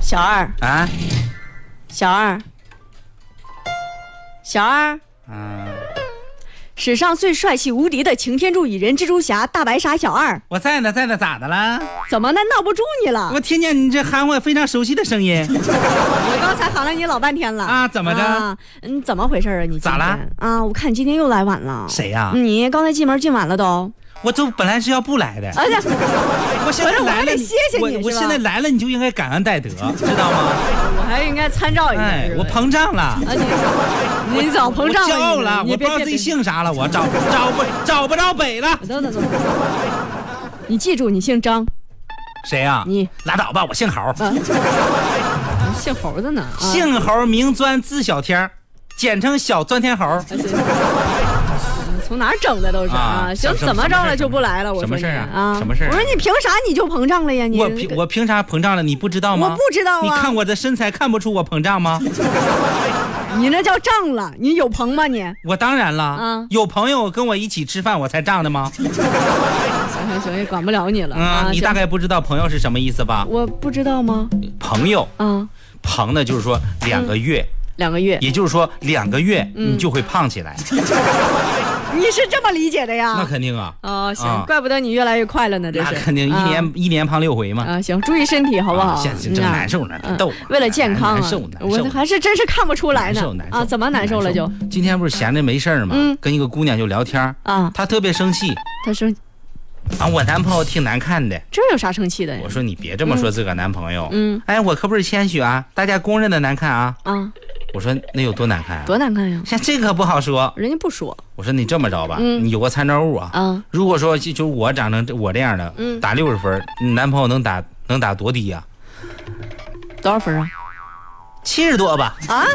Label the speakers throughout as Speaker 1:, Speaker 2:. Speaker 1: 小二，
Speaker 2: 啊，
Speaker 1: 小二，小二，
Speaker 2: 嗯，
Speaker 1: 史上最帅气无敌的擎天柱、蚁人、蜘蛛侠、大白鲨小二，
Speaker 2: 我在呢，在呢，咋的了？
Speaker 1: 怎么那闹不住你了？
Speaker 2: 我听见你这喊我非常熟悉的声音，
Speaker 1: 我刚才喊了你老半天了
Speaker 2: 啊怎么着
Speaker 1: 啊嗯，怎么回事啊？你今
Speaker 2: 咋了
Speaker 1: 天啊？我看你今天又来晚了。
Speaker 2: 谁啊呀
Speaker 1: 你刚才进门进晚了都。
Speaker 2: 我这本来是要不来的，
Speaker 1: 哎呀，
Speaker 2: 我现在
Speaker 1: 我
Speaker 2: 来
Speaker 1: 还
Speaker 2: 了，
Speaker 1: 得
Speaker 2: 你
Speaker 1: 谢谢你
Speaker 2: 我我
Speaker 1: 是吧
Speaker 2: 现在来了，你就应该感恩 戴德，知道吗？
Speaker 1: 我还应该参照一下。
Speaker 2: 哎
Speaker 1: 是，吧
Speaker 2: 我膨胀了。
Speaker 1: 啊，你你早 膨胀
Speaker 2: 我骄傲了，
Speaker 1: 你你
Speaker 2: 我不知
Speaker 1: 别
Speaker 2: 道
Speaker 1: 别
Speaker 2: 自
Speaker 1: 别
Speaker 2: 己姓啥了，我找找不 找不着北了。
Speaker 1: 等等等等，你记住，你姓张，
Speaker 2: 谁呀？
Speaker 1: 你啊
Speaker 2: 拉倒吧，我姓猴，
Speaker 1: 姓猴子呢？啊、
Speaker 2: 姓猴名钻，字小天儿，简称小钻天猴。
Speaker 1: 从哪儿整的都是啊？
Speaker 2: 啊
Speaker 1: 行
Speaker 2: 什，么
Speaker 1: 怎么着了
Speaker 2: 什么事儿
Speaker 1: 就不来了？我
Speaker 2: 什
Speaker 1: 说
Speaker 2: 么
Speaker 1: 你
Speaker 2: 事儿啊
Speaker 1: 啊？
Speaker 2: 什么事儿啊
Speaker 1: 我说你凭啥你就膨胀了呀？你
Speaker 2: 我凭我凭啥膨胀了？你不知道吗？
Speaker 1: 我不知道啊
Speaker 2: 你看我的身材，看不出我膨胀吗？
Speaker 1: 你那叫胀了，你有膨 吗你？
Speaker 2: 我当然了，
Speaker 1: 嗯
Speaker 2: 有朋友跟我一起吃饭，我才胀 的吗？
Speaker 1: 行行行，也管不了你了、
Speaker 2: 嗯
Speaker 1: 啊！，
Speaker 2: 你
Speaker 1: 行
Speaker 2: 大概不知道朋友是什么意思吧？
Speaker 1: 我不知道吗？
Speaker 2: 朋友
Speaker 1: 啊，
Speaker 2: 朋呢，就是说两个月，
Speaker 1: 两个月，
Speaker 2: 也就是说两个月
Speaker 1: 嗯
Speaker 2: 你就会胖起来，
Speaker 1: 你是这么理解的呀？
Speaker 2: 那肯定啊，
Speaker 1: 啊，行，
Speaker 2: 啊
Speaker 1: 怪不得你越来越快了呢，这
Speaker 2: 那
Speaker 1: 是
Speaker 2: 肯定一年、
Speaker 1: 啊
Speaker 2: 一年胖六回嘛。
Speaker 1: 啊，行，注意身体好不好？
Speaker 2: 啊现在
Speaker 1: 嗯
Speaker 2: 正
Speaker 1: 啊
Speaker 2: 难受呢，别逗我
Speaker 1: 为了健康
Speaker 2: 难
Speaker 1: 啊
Speaker 2: 受难，受
Speaker 1: 我这还是真是看不出来
Speaker 2: 难
Speaker 1: 呢
Speaker 2: 受难受
Speaker 1: 啊，怎么难受了就？
Speaker 2: 今天不是闲着没事儿嘛，
Speaker 1: 嗯
Speaker 2: 跟一个姑娘就聊天儿，
Speaker 1: 啊？
Speaker 2: 她特别生气
Speaker 1: 他生
Speaker 2: 啊，我男朋友挺难看的。
Speaker 1: 这有啥生气的呀
Speaker 2: 我？说你别这么说自个儿男朋友，
Speaker 1: 嗯，
Speaker 2: 哎，我可不是谦虚啊，大家公认的难看啊。
Speaker 1: 啊，
Speaker 2: 我说那有多难看啊？
Speaker 1: 多难看呀！
Speaker 2: 像这可不好说。
Speaker 1: 人家不说
Speaker 2: 我说你这么着吧，
Speaker 1: 嗯
Speaker 2: 你有个参照物啊。
Speaker 1: 啊，
Speaker 2: 如果说就就我长成这我这样的，
Speaker 1: 嗯
Speaker 2: 打六十分，你男朋友能打能打多低呀、
Speaker 1: 多少分啊？
Speaker 2: 七十多吧，
Speaker 1: 啊？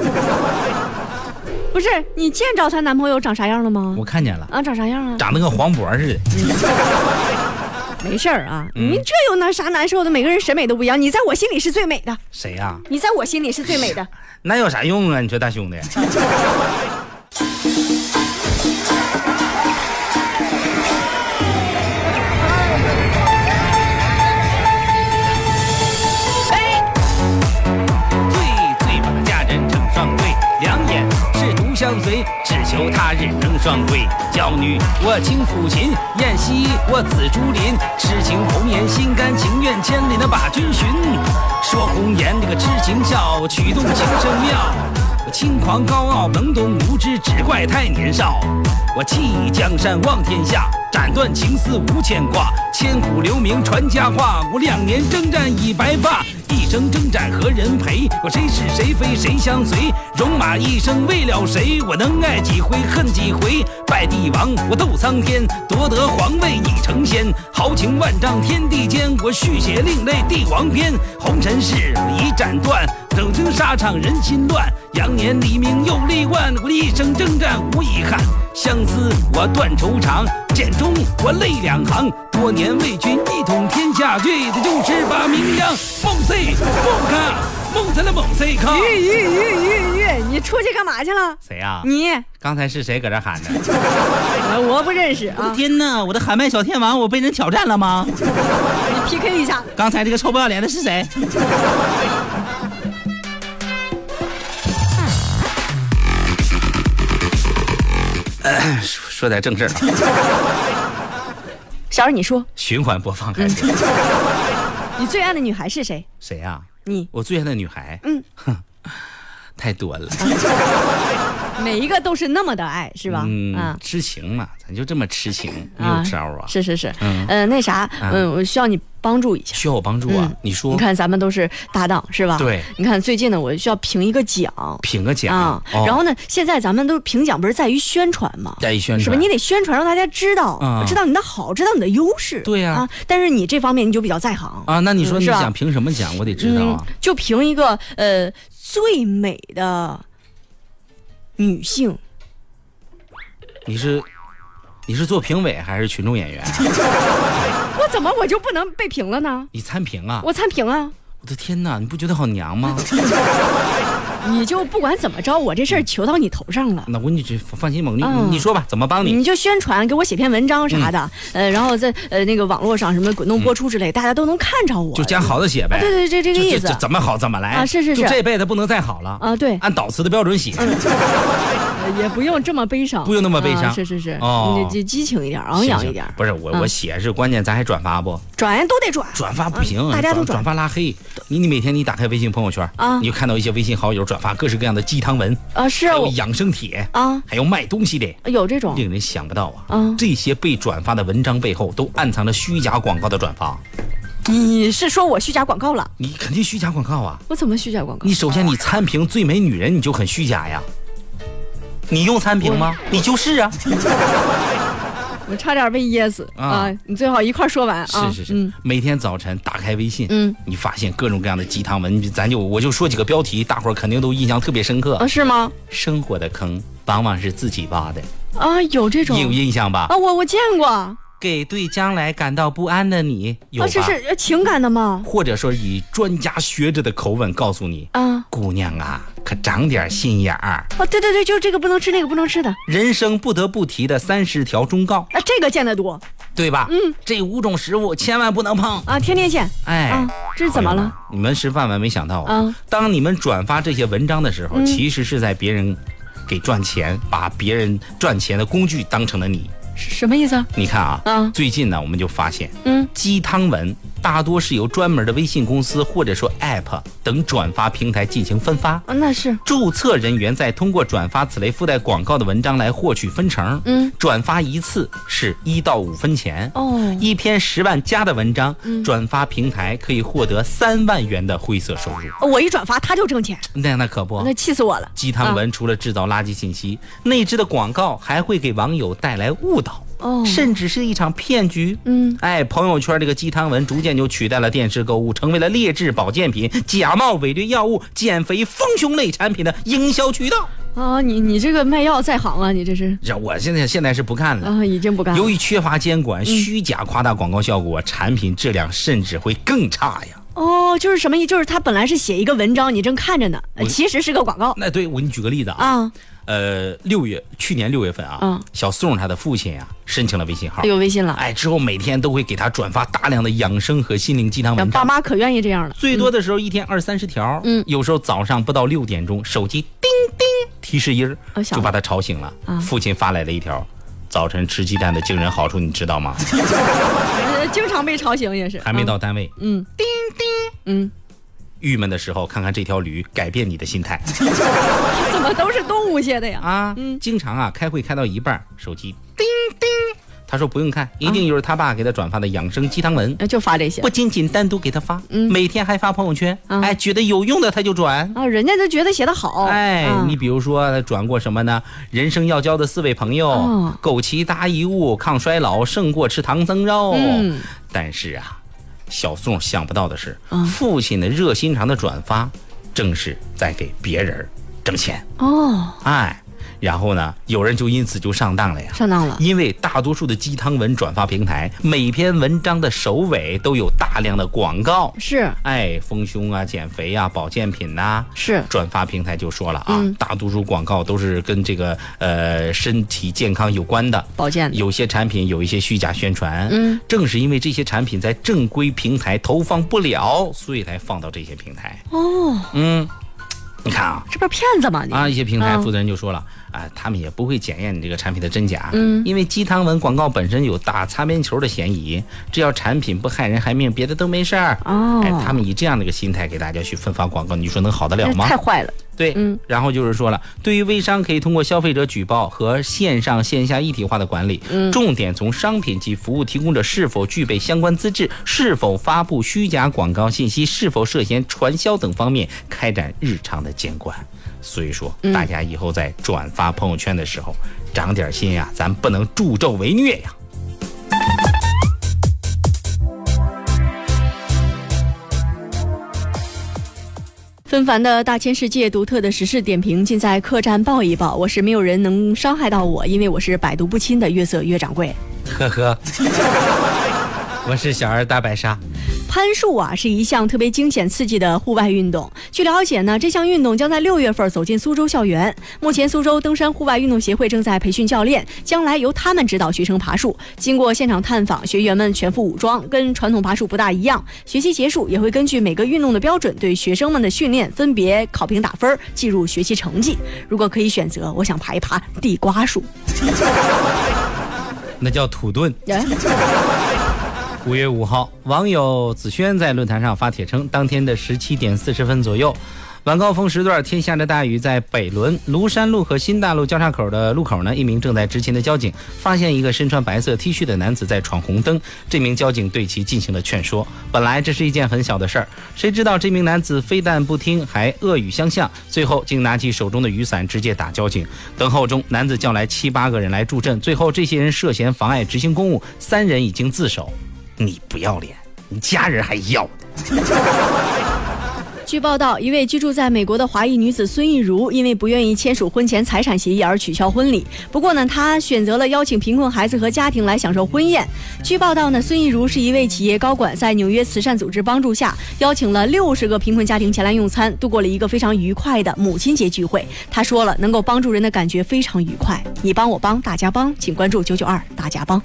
Speaker 1: 不是你见着她男朋友长啥样了吗
Speaker 2: 我？看见了，
Speaker 1: 啊，长啥样啊？
Speaker 2: 长得跟黄渤似的。
Speaker 1: 没事儿啊，
Speaker 2: 嗯
Speaker 1: 你这有那啥难受的？每个人审美都不一样，你在我心里是最美的，
Speaker 2: 谁呀、
Speaker 1: 你在我心里是最美的。
Speaker 2: 那有啥用啊？你说大兄弟，
Speaker 3: 醉醉把佳人成双对，两眼是独相随，只求他日能双归。娇女我轻抚琴，燕西我紫竹林，痴情红颜心甘情愿，千里那把君寻。说红颜那个痴情笑，曲动情声妙。我轻狂高傲，懵懂无知，只怪太年少。我弃江山望天下，斩断情丝无牵挂，千古留名传佳话。我两年征战已白发，一生征战何人陪？我谁是谁非谁相随？戎马一生为了谁？我能爱几回恨几回？拜帝王，我斗苍天，夺得皇位已成仙。豪情万丈天地间，我续写另类帝王篇。红尘事已斩断，走经沙场人心乱。羊年黎明又立万，我的一生征战无遗憾。相思我断愁肠，剑中我泪两行。多年为君一统天下，醉的就是把名扬。梦碎梦卡，梦咱的梦碎卡。
Speaker 1: 玉玉玉玉玉，你出去干嘛去了？
Speaker 2: 谁呀、
Speaker 1: 你
Speaker 2: 刚才是谁搁这喊的？
Speaker 1: 呃 我不认识啊，
Speaker 2: 天哪！我的喊麦小天王，我被人挑战了吗？
Speaker 1: 你 PK 一下。
Speaker 2: 刚才这个臭不要脸的是谁？呃说说点正事儿啊，
Speaker 1: 小二，你说
Speaker 2: 循环播放开始。
Speaker 1: 嗯你最爱的女孩是谁？
Speaker 2: 谁呀、
Speaker 1: 你
Speaker 2: 我最爱的女孩，
Speaker 1: 嗯，
Speaker 2: 太多了，
Speaker 1: 每一个都是那么的爱，是吧？
Speaker 2: 嗯
Speaker 1: 啊，。
Speaker 2: 痴情嘛，咱就这么痴情，没
Speaker 1: 啊
Speaker 2: 有招儿啊。
Speaker 1: 是是是，
Speaker 2: 嗯
Speaker 1: 呃，那啥，嗯，我需要你帮助一下。
Speaker 2: 需要我帮助啊
Speaker 1: 嗯？
Speaker 2: 你说
Speaker 1: 你，看咱们都是搭档，是吧？
Speaker 2: 对。
Speaker 1: 你看最近呢，我需要评一个奖
Speaker 2: 评个
Speaker 1: 啊
Speaker 2: 奖，，哦
Speaker 1: 然后呢，现在咱们都评奖不是在于宣传吗？
Speaker 2: 加以宣传，
Speaker 1: 是吧？你得宣传，让大家知道，
Speaker 2: 嗯
Speaker 1: 知道你的好，知道你的优势。
Speaker 2: 对呀
Speaker 1: 啊，但是你这方面你就比较在行。
Speaker 2: 啊？那你说
Speaker 1: 嗯
Speaker 2: 你
Speaker 1: 是吧
Speaker 2: 想评什么奖？我得知道啊。
Speaker 1: 嗯，就评一个呃最美的女性，
Speaker 2: 你是你是做评委还是群众演员啊？
Speaker 1: 我怎么我就不能被评了呢？
Speaker 2: 你参评啊？
Speaker 1: 我参评啊！
Speaker 2: 我的天哪，你不觉得好娘吗？
Speaker 1: 你就不管怎么着，我这
Speaker 2: 嗯
Speaker 1: 事儿求到你头上了。
Speaker 2: 那我你这放心吧，你、
Speaker 1: 嗯
Speaker 2: 你说吧，怎么帮你？
Speaker 1: 你就宣传，给我写篇文章啥的，
Speaker 2: 嗯
Speaker 1: 呃，然后在呃那个网络上什么滚动播出之类，大家都能看着我。
Speaker 2: 就讲好的写呗。
Speaker 1: 啊对对，这这个
Speaker 2: 就
Speaker 1: 意
Speaker 2: 就
Speaker 1: 思
Speaker 2: 就怎么好怎么来
Speaker 1: 啊是是是
Speaker 2: 就这辈子不能再好了
Speaker 1: 啊对
Speaker 2: 按导词的标准写。
Speaker 1: 呃也不用这么悲伤，
Speaker 2: 不用那么悲伤
Speaker 1: 啊是是是，
Speaker 2: 哦
Speaker 1: 你就激情一点，昂扬
Speaker 2: 行
Speaker 1: 一点
Speaker 2: 行，不是我
Speaker 1: 嗯
Speaker 2: 我写是关键，咱还转发不？
Speaker 1: 转人都得转。
Speaker 2: 转发不行，
Speaker 1: 啊大家都
Speaker 2: 转
Speaker 1: 转
Speaker 2: 发拉黑。你你每天你打开微信朋友圈
Speaker 1: 啊
Speaker 2: 你就看到一些微信好友转发各式各样的鸡汤文，
Speaker 1: 啊，是
Speaker 2: 还
Speaker 1: 啊
Speaker 2: 有
Speaker 1: 我
Speaker 2: 养生帖，
Speaker 1: 啊，
Speaker 2: 还有卖东西的。
Speaker 1: 有这种
Speaker 2: 令人想不到啊！
Speaker 1: 啊
Speaker 2: 这些被转发的文章背后都暗藏着虚假广告的转发，
Speaker 1: 你是说我虚假广告了？
Speaker 2: 你肯定虚假广告啊！
Speaker 1: 我怎么虚假广告？
Speaker 2: 你首先你参评最美女人，你就很虚假呀。你用参评吗？你就是啊。
Speaker 1: 我差点被噎死
Speaker 2: 啊
Speaker 1: 啊！你最好一块儿说完啊。
Speaker 2: 是是
Speaker 1: 嗯
Speaker 2: 是，每天早晨打开微信，
Speaker 1: 嗯，
Speaker 2: 你发现各种各样的鸡汤文，咱就我就说几个标题，大伙儿肯定都印象特别深刻
Speaker 1: 啊，。是吗？
Speaker 2: 生活的坑往往是自己挖的，
Speaker 1: 啊，有这种
Speaker 2: 你有印象吧？
Speaker 1: 啊，我我见过啊，
Speaker 2: 给对将来感到不安的你，有吧？
Speaker 1: 这是呃情感的吗？
Speaker 2: 或者说以专家学者的口吻告诉你，
Speaker 1: 啊
Speaker 2: 姑娘啊，可长点心眼儿。
Speaker 1: 啊，对对对，就这个不能吃，那个不能吃的
Speaker 2: 人生不得不提的三十条忠告，
Speaker 1: 啊，这个见得多
Speaker 2: 对吧？嗯，这五种食物千万不能碰。
Speaker 1: 啊，天天见
Speaker 2: 哎，
Speaker 1: 啊，这是怎么了？？
Speaker 2: 你们吃饭完没想到啊？
Speaker 1: 嗯
Speaker 2: 当你们转发这些文章的时候，其实是在别人给赚钱，把别人赚钱的工具当成了你。
Speaker 1: 是什么意思啊？
Speaker 2: 你看啊，
Speaker 1: 嗯
Speaker 2: 最近呢，我们就发现，
Speaker 1: 嗯，
Speaker 2: 鸡汤文大多是由专门的微信公司或者说 App 等转发平台进行分发。
Speaker 1: 啊，那是
Speaker 2: 注册人员再通过转发此类附带广告的文章来获取分成。
Speaker 1: 嗯，
Speaker 2: 转发一次是一到五分钱。
Speaker 1: 哦嗯
Speaker 2: 一篇十万加的文章，转发平台可以获得三万元的灰色收入。
Speaker 1: 我一转发他就挣钱，
Speaker 2: 那那可不
Speaker 1: 那，啊气死我了。
Speaker 2: 鸡汤文除了制造垃圾信息，内置的广告还会给网友带来误导，
Speaker 1: 哦
Speaker 2: 甚至是一场骗局。
Speaker 1: 嗯，
Speaker 2: 哎，朋友圈这个鸡汤文逐渐就取代了电视购物，成为了劣质保健品、假冒伪劣药物、减肥丰胸类产品的营销渠道。
Speaker 1: 啊，你你这个卖药在行啊，你这是
Speaker 2: 这我现在现在是不看了。
Speaker 1: 啊，已经不干了
Speaker 2: 由于缺乏监管，
Speaker 1: 嗯
Speaker 2: 虚假夸大广告效果，产品质量甚至会更差呀。
Speaker 1: 哦，就是什么意？就是他本来是写一个文章，你正看着呢，呃
Speaker 2: 我
Speaker 1: 其实是个广告
Speaker 2: 那对我，你举个例子啊，
Speaker 1: 啊。
Speaker 2: 呃，六月去年六月份啊，
Speaker 1: 嗯
Speaker 2: 小宋他的父亲啊申请了微信号，
Speaker 1: 有微信了，
Speaker 2: 哎，之后每天都会给他转发大量的养生和心灵鸡汤
Speaker 1: 然
Speaker 2: 文
Speaker 1: 后爸
Speaker 2: 章，
Speaker 1: 妈可愿意这样了。
Speaker 2: 最多的时候一天二三十条，
Speaker 1: 嗯
Speaker 2: 有时候早上不到六点钟，手机叮叮提示音儿
Speaker 1: 哦响
Speaker 2: 就
Speaker 1: 了
Speaker 2: 把他吵醒了。
Speaker 1: 啊
Speaker 2: 父亲发来了一条，早晨吃鸡蛋的惊人好处，你知道吗？
Speaker 1: 呃经常被吵醒也是。
Speaker 2: 还没
Speaker 1: 啊，
Speaker 2: 到单位，
Speaker 1: 嗯，
Speaker 2: 叮
Speaker 1: 嗯，
Speaker 2: 郁闷的时候，看看这条驴，改变你的心态
Speaker 1: 嗯怎么都是动物写的呀？
Speaker 2: 啊！经常啊，开会开到一半儿，手机叮叮，他说不用看，一定就是他爸给他转发的养生鸡汤文，
Speaker 1: 呃就发这些
Speaker 2: 不仅仅单独给他发，
Speaker 1: 嗯
Speaker 2: 每天还发朋友圈，
Speaker 1: 啊
Speaker 2: 哎，觉得有用的他就转。
Speaker 1: 啊，人家就觉得写的好。
Speaker 2: 哎
Speaker 1: 啊，
Speaker 2: 你比如说他转过什么呢？人生要交的四位朋友
Speaker 1: 哦，
Speaker 2: 枸杞搭一物，抗衰老胜过吃唐僧肉。
Speaker 1: 嗯
Speaker 2: 但是啊，小宋想不到的是，
Speaker 1: 嗯
Speaker 2: 父亲的热心肠的转发，正是在给别人儿挣钱。
Speaker 1: 哦，
Speaker 2: 哎，然后呢，有人就因此就上当了呀。
Speaker 1: 上当了。
Speaker 2: 因为大多数的鸡汤文转发平台，每篇文章的首尾都有大量的广告，
Speaker 1: 是
Speaker 2: 哎，丰胸啊、减肥啊、保健品呐、
Speaker 1: 是，
Speaker 2: 转发平台就说了啊，
Speaker 1: 嗯
Speaker 2: 大多数广告都是跟这个呃身体健康有关的，
Speaker 1: 保健的。
Speaker 2: 有些产品有一些虚假宣传。
Speaker 1: 嗯，
Speaker 2: 正是因为这些产品在正规平台投放不了，所以才放到这些平台。
Speaker 1: 哦，
Speaker 2: 嗯，你看啊。
Speaker 1: 这不是骗子吗？你
Speaker 2: 啊，一些平台
Speaker 1: 嗯
Speaker 2: 负责人就说了，啊、他们也不会检验你这个产品的真假，
Speaker 1: 嗯
Speaker 2: 因为鸡汤文广告本身有打擦边球的嫌疑，只要产品不害人害命，别的都没事儿。
Speaker 1: 哦
Speaker 2: 哎，他们以这样的一个心态给大家去分发广告，你说能好得了
Speaker 1: 这
Speaker 2: 吗
Speaker 1: 太？坏了。
Speaker 2: 对，
Speaker 1: 嗯
Speaker 2: 然后就是说了，对于微商可以通过消费者举报和线上线下一体化的管理，重点从商品及服务提供者是否具备相关资质、是否发布虚假广告信息、是否涉嫌传销等方面开展日常的监管。所以说，大家以后在转发朋友圈的时候，长点心呀、咱不能助纣为虐呀、
Speaker 1: 纷繁的大千世界，独特的时事点评，尽在客栈报一报。我是没有人能伤害到我，因为我是百毒不侵的月色月掌柜。
Speaker 2: 呵呵，我是小二大白鲨。
Speaker 1: 潘攀树啊是一项特别惊险刺激的户外运动。据了解呢，这项运动将在六月份走进苏州校园。目前，苏州登山户外运动协会正在培训教练，将来由他们指导学生爬树。经过现场探访，学员们全副武装，跟传统爬树不大一样。学习结束也会根据每个运动的标准对学生们的训练分别考评打分，计入学习成绩。如果可以选择，我想爬一爬地瓜树。
Speaker 2: 那叫土遁。五月五号，网友子轩在论坛上发帖称，当天的十七点四十分左右，晚高峰时段，天下着大雨，在北仑庐山路和新大路交叉口的路口呢，一名正在执勤的交警发现一个身穿白色 T 恤的男子在闯红灯，这名交警对其进行了劝说。本来这是一件很小的事儿，谁知道这名男子非但不听，还恶语相向，最后竟拿起手中的雨伞直接打交警。等候中，男子叫来七八个人来助阵，最后这些人涉嫌妨碍执行公务，三人已经自首。你不要脸，你家人还要呢。
Speaker 1: 据报道，一位居住在美国的华裔女子孙艺如，因为不愿意签署婚前财产协议而取消婚礼。不过呢，她选择了邀请贫困孩子和家庭来享受婚宴。据报道呢，孙艺如是一位企业高管，在纽约慈善组织帮助下，邀请了六十个贫困家庭前来用餐，度过了一个非常愉快的母亲节聚会。她说了，能够帮助人的感觉非常愉快。你帮我帮，大家帮，请关注九九二大家帮。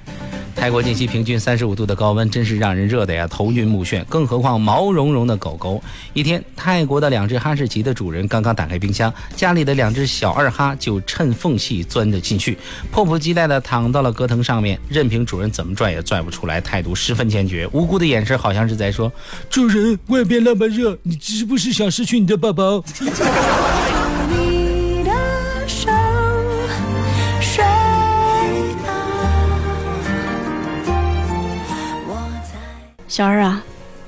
Speaker 2: 泰国近期平均三十五度的高温，真是让人热的呀，头晕目眩。更何况毛茸茸的狗狗。一天，泰国的两只哈士奇的主人刚刚打开冰箱，家里的两只小二哈就趁缝隙钻了进去，迫不及待地躺到了隔腾上面，任凭主人怎么拽也拽不出来，态度十分坚决，无辜的眼神好像是在说：“主人，外边那么热，你是不是想失去你的哦宝宝？”
Speaker 4: 你的手，睡吧，我在。
Speaker 1: 小二啊，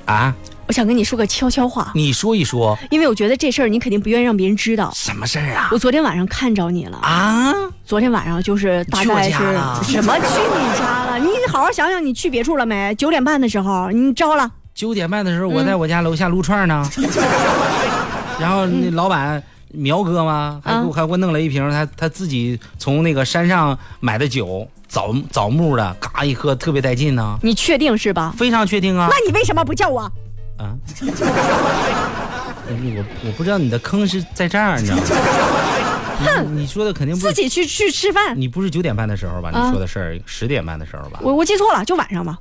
Speaker 2: 啊，
Speaker 1: 我想跟你说个悄悄话，
Speaker 2: 你说一说
Speaker 1: 因为我觉得这事儿你肯定不愿意让别人知道。
Speaker 2: 什么事儿啊？
Speaker 1: 我昨天晚上看着你了
Speaker 2: 啊，
Speaker 1: 昨天晚上就是大概
Speaker 2: 你
Speaker 1: 是
Speaker 2: 去我家了
Speaker 1: 什么去你家了？你好好想想，你去别处了没？九点半的时候你招了，
Speaker 2: 九点半的时
Speaker 1: 嗯
Speaker 2: 候，我在我家楼下撸 串呢，然后那老板。苗哥
Speaker 1: 嗯
Speaker 2: 吗？还
Speaker 1: 啊
Speaker 2: 给我还给我弄了一瓶他他自己从那个山上买的酒，枣枣木的，嘎一喝特别带劲呢、
Speaker 1: 你确定是吧？
Speaker 2: 非常确定啊
Speaker 1: 那你为什么不叫我？
Speaker 2: 啊！我我不知道你的坑是在这儿，你知 道吗？你你说的肯定不
Speaker 1: 自
Speaker 2: 是，
Speaker 1: 己去去吃饭。
Speaker 2: 你不是九点半的时候吧？
Speaker 1: 啊
Speaker 2: 你说的是十点半的时候吧？
Speaker 1: 我我记错了，就晚上吧。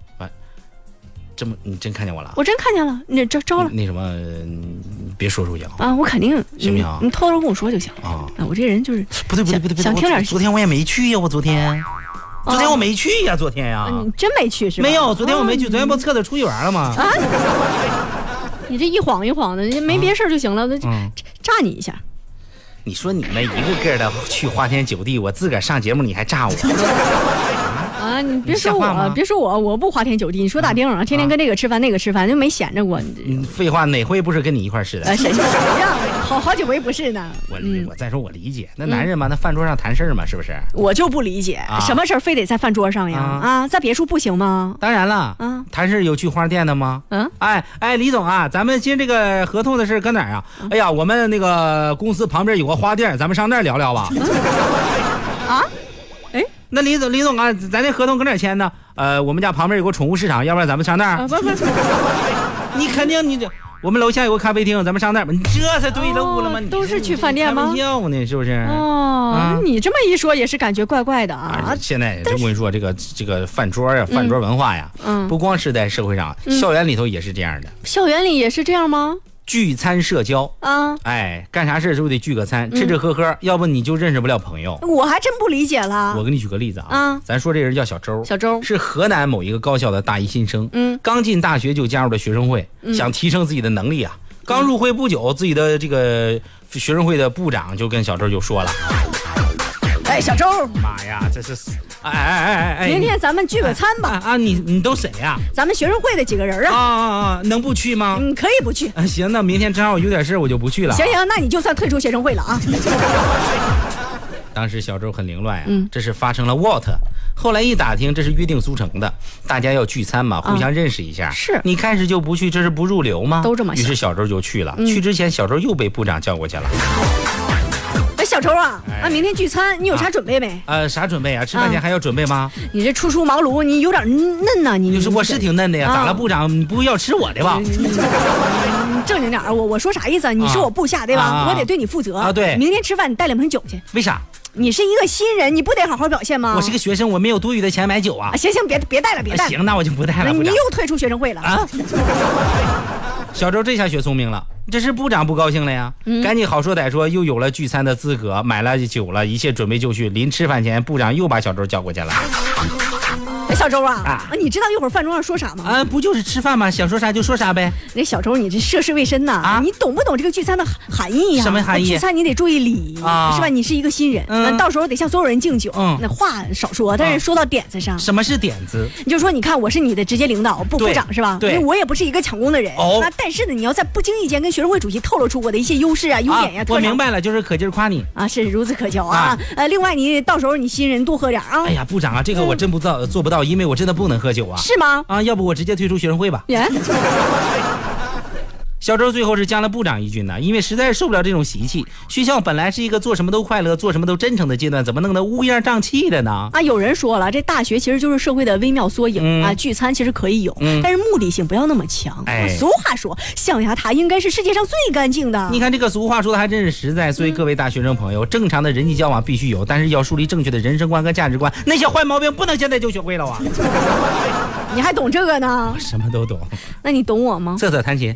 Speaker 2: 这么你真看见我了啊？
Speaker 1: 我真看见了，你这招了
Speaker 2: 那什么，你别说出去啊！
Speaker 1: 啊！我肯定
Speaker 2: 行不行啊
Speaker 1: 你你偷偷跟我说就行了
Speaker 2: 啊！
Speaker 1: 啊！我这人就是
Speaker 2: 不对不对不对不对，
Speaker 1: 想
Speaker 2: 我
Speaker 1: 听点儿
Speaker 2: 昨天我也没去呀，我昨天，昨天我没去呀，昨天呀
Speaker 1: 啊，你哦啊真没去是吧？
Speaker 2: 没有，昨天我没去，昨天不厕所出去玩了吗？
Speaker 1: 啊你这一晃一晃的，没别事儿就行了，那就
Speaker 2: 啊嗯
Speaker 1: 炸你一下。
Speaker 2: 你说你们一个个的去花天酒地，我自个儿上节目你还炸 我，
Speaker 1: 啊，你别
Speaker 2: 你
Speaker 1: 说
Speaker 2: 像话
Speaker 1: 我
Speaker 2: 吗，
Speaker 1: 别说我，我不花天酒地。你说打丁儿啊，天天跟这个吃饭那个吃饭，就没闲着过。 你
Speaker 2: 你废话，哪回不是跟你一块儿似
Speaker 1: 呃，
Speaker 2: 的？
Speaker 1: 谁谁谁呀？好好几回不是呢。
Speaker 2: 我我再说我理解，
Speaker 1: 嗯
Speaker 2: 那男人嘛，那饭桌上谈事儿嘛，是不是？
Speaker 1: 我就不理解，什么事儿非得在饭桌上呀？
Speaker 2: 啊
Speaker 1: 啊，在别处不行吗？
Speaker 2: 当然了，
Speaker 1: 啊
Speaker 2: 谈事儿有去花店的吗？
Speaker 1: 嗯，
Speaker 2: 哎哎，李总啊，咱们今这个合同的事儿搁哪儿啊？哎呀，我们那个公司旁边有个花店，咱们上那儿聊聊吧。
Speaker 1: 啊？哎，
Speaker 2: 那李总，李总啊，咱这合同搁哪儿签呢？呃，我们家旁边有个宠物市场，要不然咱们上那儿？
Speaker 1: 啊，不不不，
Speaker 2: 你肯定你这，我们楼下有个咖啡厅，咱们上那儿吧。你这才对了
Speaker 1: 哦
Speaker 2: 屋了吗？你
Speaker 1: 都是去饭店吗
Speaker 2: 你开玩笑呢，是不是？
Speaker 1: 哦
Speaker 2: 啊，
Speaker 1: 你这么一说也是感觉怪怪的啊
Speaker 2: 啊，。现在这我跟你说，这个这个饭桌呀，饭桌文化呀，
Speaker 1: 嗯
Speaker 2: 不光是在社会上，校园里头也是这样的，
Speaker 1: 校园里也是这样吗？
Speaker 2: 聚餐社交。
Speaker 1: 啊，
Speaker 2: 哎，干啥事儿都得聚个餐，
Speaker 1: 嗯
Speaker 2: 吃吃喝喝，要不你就认识不了朋友。
Speaker 1: 我还真不理解了
Speaker 2: 我。给你举个例子啊，
Speaker 1: 啊
Speaker 2: 咱说这人叫小周，
Speaker 1: 小周，
Speaker 2: 是河南某一个高校的大一新生，
Speaker 1: 嗯
Speaker 2: 刚进大学就加入了学生会，想提升自己的能力啊。刚入会不久，自己的这个学生会的部长就跟小周就 说了
Speaker 1: 哎，小周，：“
Speaker 2: 妈呀，这是，哎哎哎哎哎，
Speaker 1: 明天咱们聚个餐
Speaker 2: 啊
Speaker 1: 吧，
Speaker 2: 啊，你你都谁呀、
Speaker 1: 咱们学生会的几个人
Speaker 2: 啊
Speaker 1: 啊，
Speaker 2: 啊啊，能不去吗？
Speaker 1: 嗯，可以不去。
Speaker 2: 啊行，那明天正好有点事儿，我就不去了。
Speaker 1: 行行，那你就算退出学生会了啊。
Speaker 2: 哎当时小周很凌乱呀、
Speaker 1: 嗯
Speaker 2: 这是发生了 what？后来一打听，这是约定俗成的，大家要聚餐嘛，互相认识一下。
Speaker 1: 嗯是
Speaker 2: 你开始就不去，这是不入流吗？
Speaker 1: 都这么
Speaker 2: 于
Speaker 1: 想嗯
Speaker 2: 是小周就去了。去之前，小周又被部长叫过去了。
Speaker 1: 哎，小小周啊，啊，明天聚餐你有啥
Speaker 2: 啊
Speaker 1: 准备没？
Speaker 2: 呃，啥准备啊？吃饭前
Speaker 1: 啊
Speaker 2: 还要准备吗？
Speaker 1: 你这初出茅庐，你有点嫩呐、你
Speaker 2: 就是我是挺嫩的呀，
Speaker 1: 啊
Speaker 2: 咋了部长？你不要吃我的吧？
Speaker 1: 嗯你正经点儿，我我说啥意思啊？你是我部下、对吧、
Speaker 2: 啊
Speaker 1: 我得对你负责
Speaker 2: 啊对
Speaker 1: 明天吃饭你带两瓶酒去，
Speaker 2: 为啥？
Speaker 1: 你是一个新人，你不得好好表现吗？
Speaker 2: 我是个学生，我没有多余的钱买酒啊
Speaker 1: 啊，。行行，别别带了，别
Speaker 2: 啊
Speaker 1: 带了。
Speaker 2: 行，那我就不带了，
Speaker 1: 你
Speaker 2: 部
Speaker 1: 你
Speaker 2: 长。
Speaker 1: 又退出学生会了
Speaker 2: 啊！小周这下学聪明了，这是部长不高兴了呀，赶紧好说歹说，又有了聚餐的资格，买了酒了，一切准备就绪。临吃饭前，部长又把小周叫过去了。
Speaker 1: 哎小周啊
Speaker 2: 啊
Speaker 1: 你知道一会儿饭桌上说啥吗？
Speaker 2: 啊，不就是吃饭吗？想说啥就说啥呗。
Speaker 1: 那小周，你这涉世未深呐、
Speaker 2: 啊
Speaker 1: 你懂不懂这个聚餐的含含义呀、
Speaker 2: 什么含义
Speaker 1: 聚餐你得注意礼仪，
Speaker 2: 啊
Speaker 1: 是吧？你是一个新人，
Speaker 2: 嗯
Speaker 1: 那到时候得向所有人敬酒，
Speaker 2: 嗯
Speaker 1: 那话少说，但是
Speaker 2: 嗯
Speaker 1: 说到点子上。
Speaker 2: 什么是点子？
Speaker 1: 你就说，你看我是你的直接领导，部
Speaker 2: 对
Speaker 1: 部长是吧？
Speaker 2: 对
Speaker 1: 因为我也不是一个抢功的人。
Speaker 2: 哦
Speaker 1: 那但是呢，你要在不经意间跟学生会主席透露出我的一些优势啊、优
Speaker 2: 啊
Speaker 1: 点呀、，特
Speaker 2: 我
Speaker 1: 长
Speaker 2: 明白了，就是可劲儿夸你。
Speaker 1: 啊，是孺子可教啊
Speaker 2: 啊。
Speaker 1: 呃，另外你到时候你新人多喝点啊
Speaker 2: 哎，呀，部长啊，这个我真不到做不到，因为我真的不能喝酒啊。
Speaker 1: 是吗？
Speaker 2: 啊，要不我直接退出学生会吧。
Speaker 1: 耶，
Speaker 2: 小周最后是将了部长一军呢，因为实在是受不了这种习气。学校本来是一个做什么都快乐、做什么都真诚的阶段，怎么弄得乌烟瘴气的呢？
Speaker 1: 啊，有人说了，这大学其实就是社会的微妙缩影、
Speaker 2: 嗯
Speaker 1: 啊。聚餐其实可以有，但是目的性不要那么强。
Speaker 2: 哎
Speaker 1: 俗话说，象牙塔应该是世界上最干净的。
Speaker 2: 你看这个俗话说的还真是实在，所以各位大学生朋友，正常的人际交往必须有，但是要树立正确的人生观和价值观，那些坏毛病不能现在就学会了啊！
Speaker 1: 你还懂这个呢？
Speaker 2: 什么都懂，
Speaker 1: 那你懂我吗？
Speaker 2: 瑟瑟弹琴。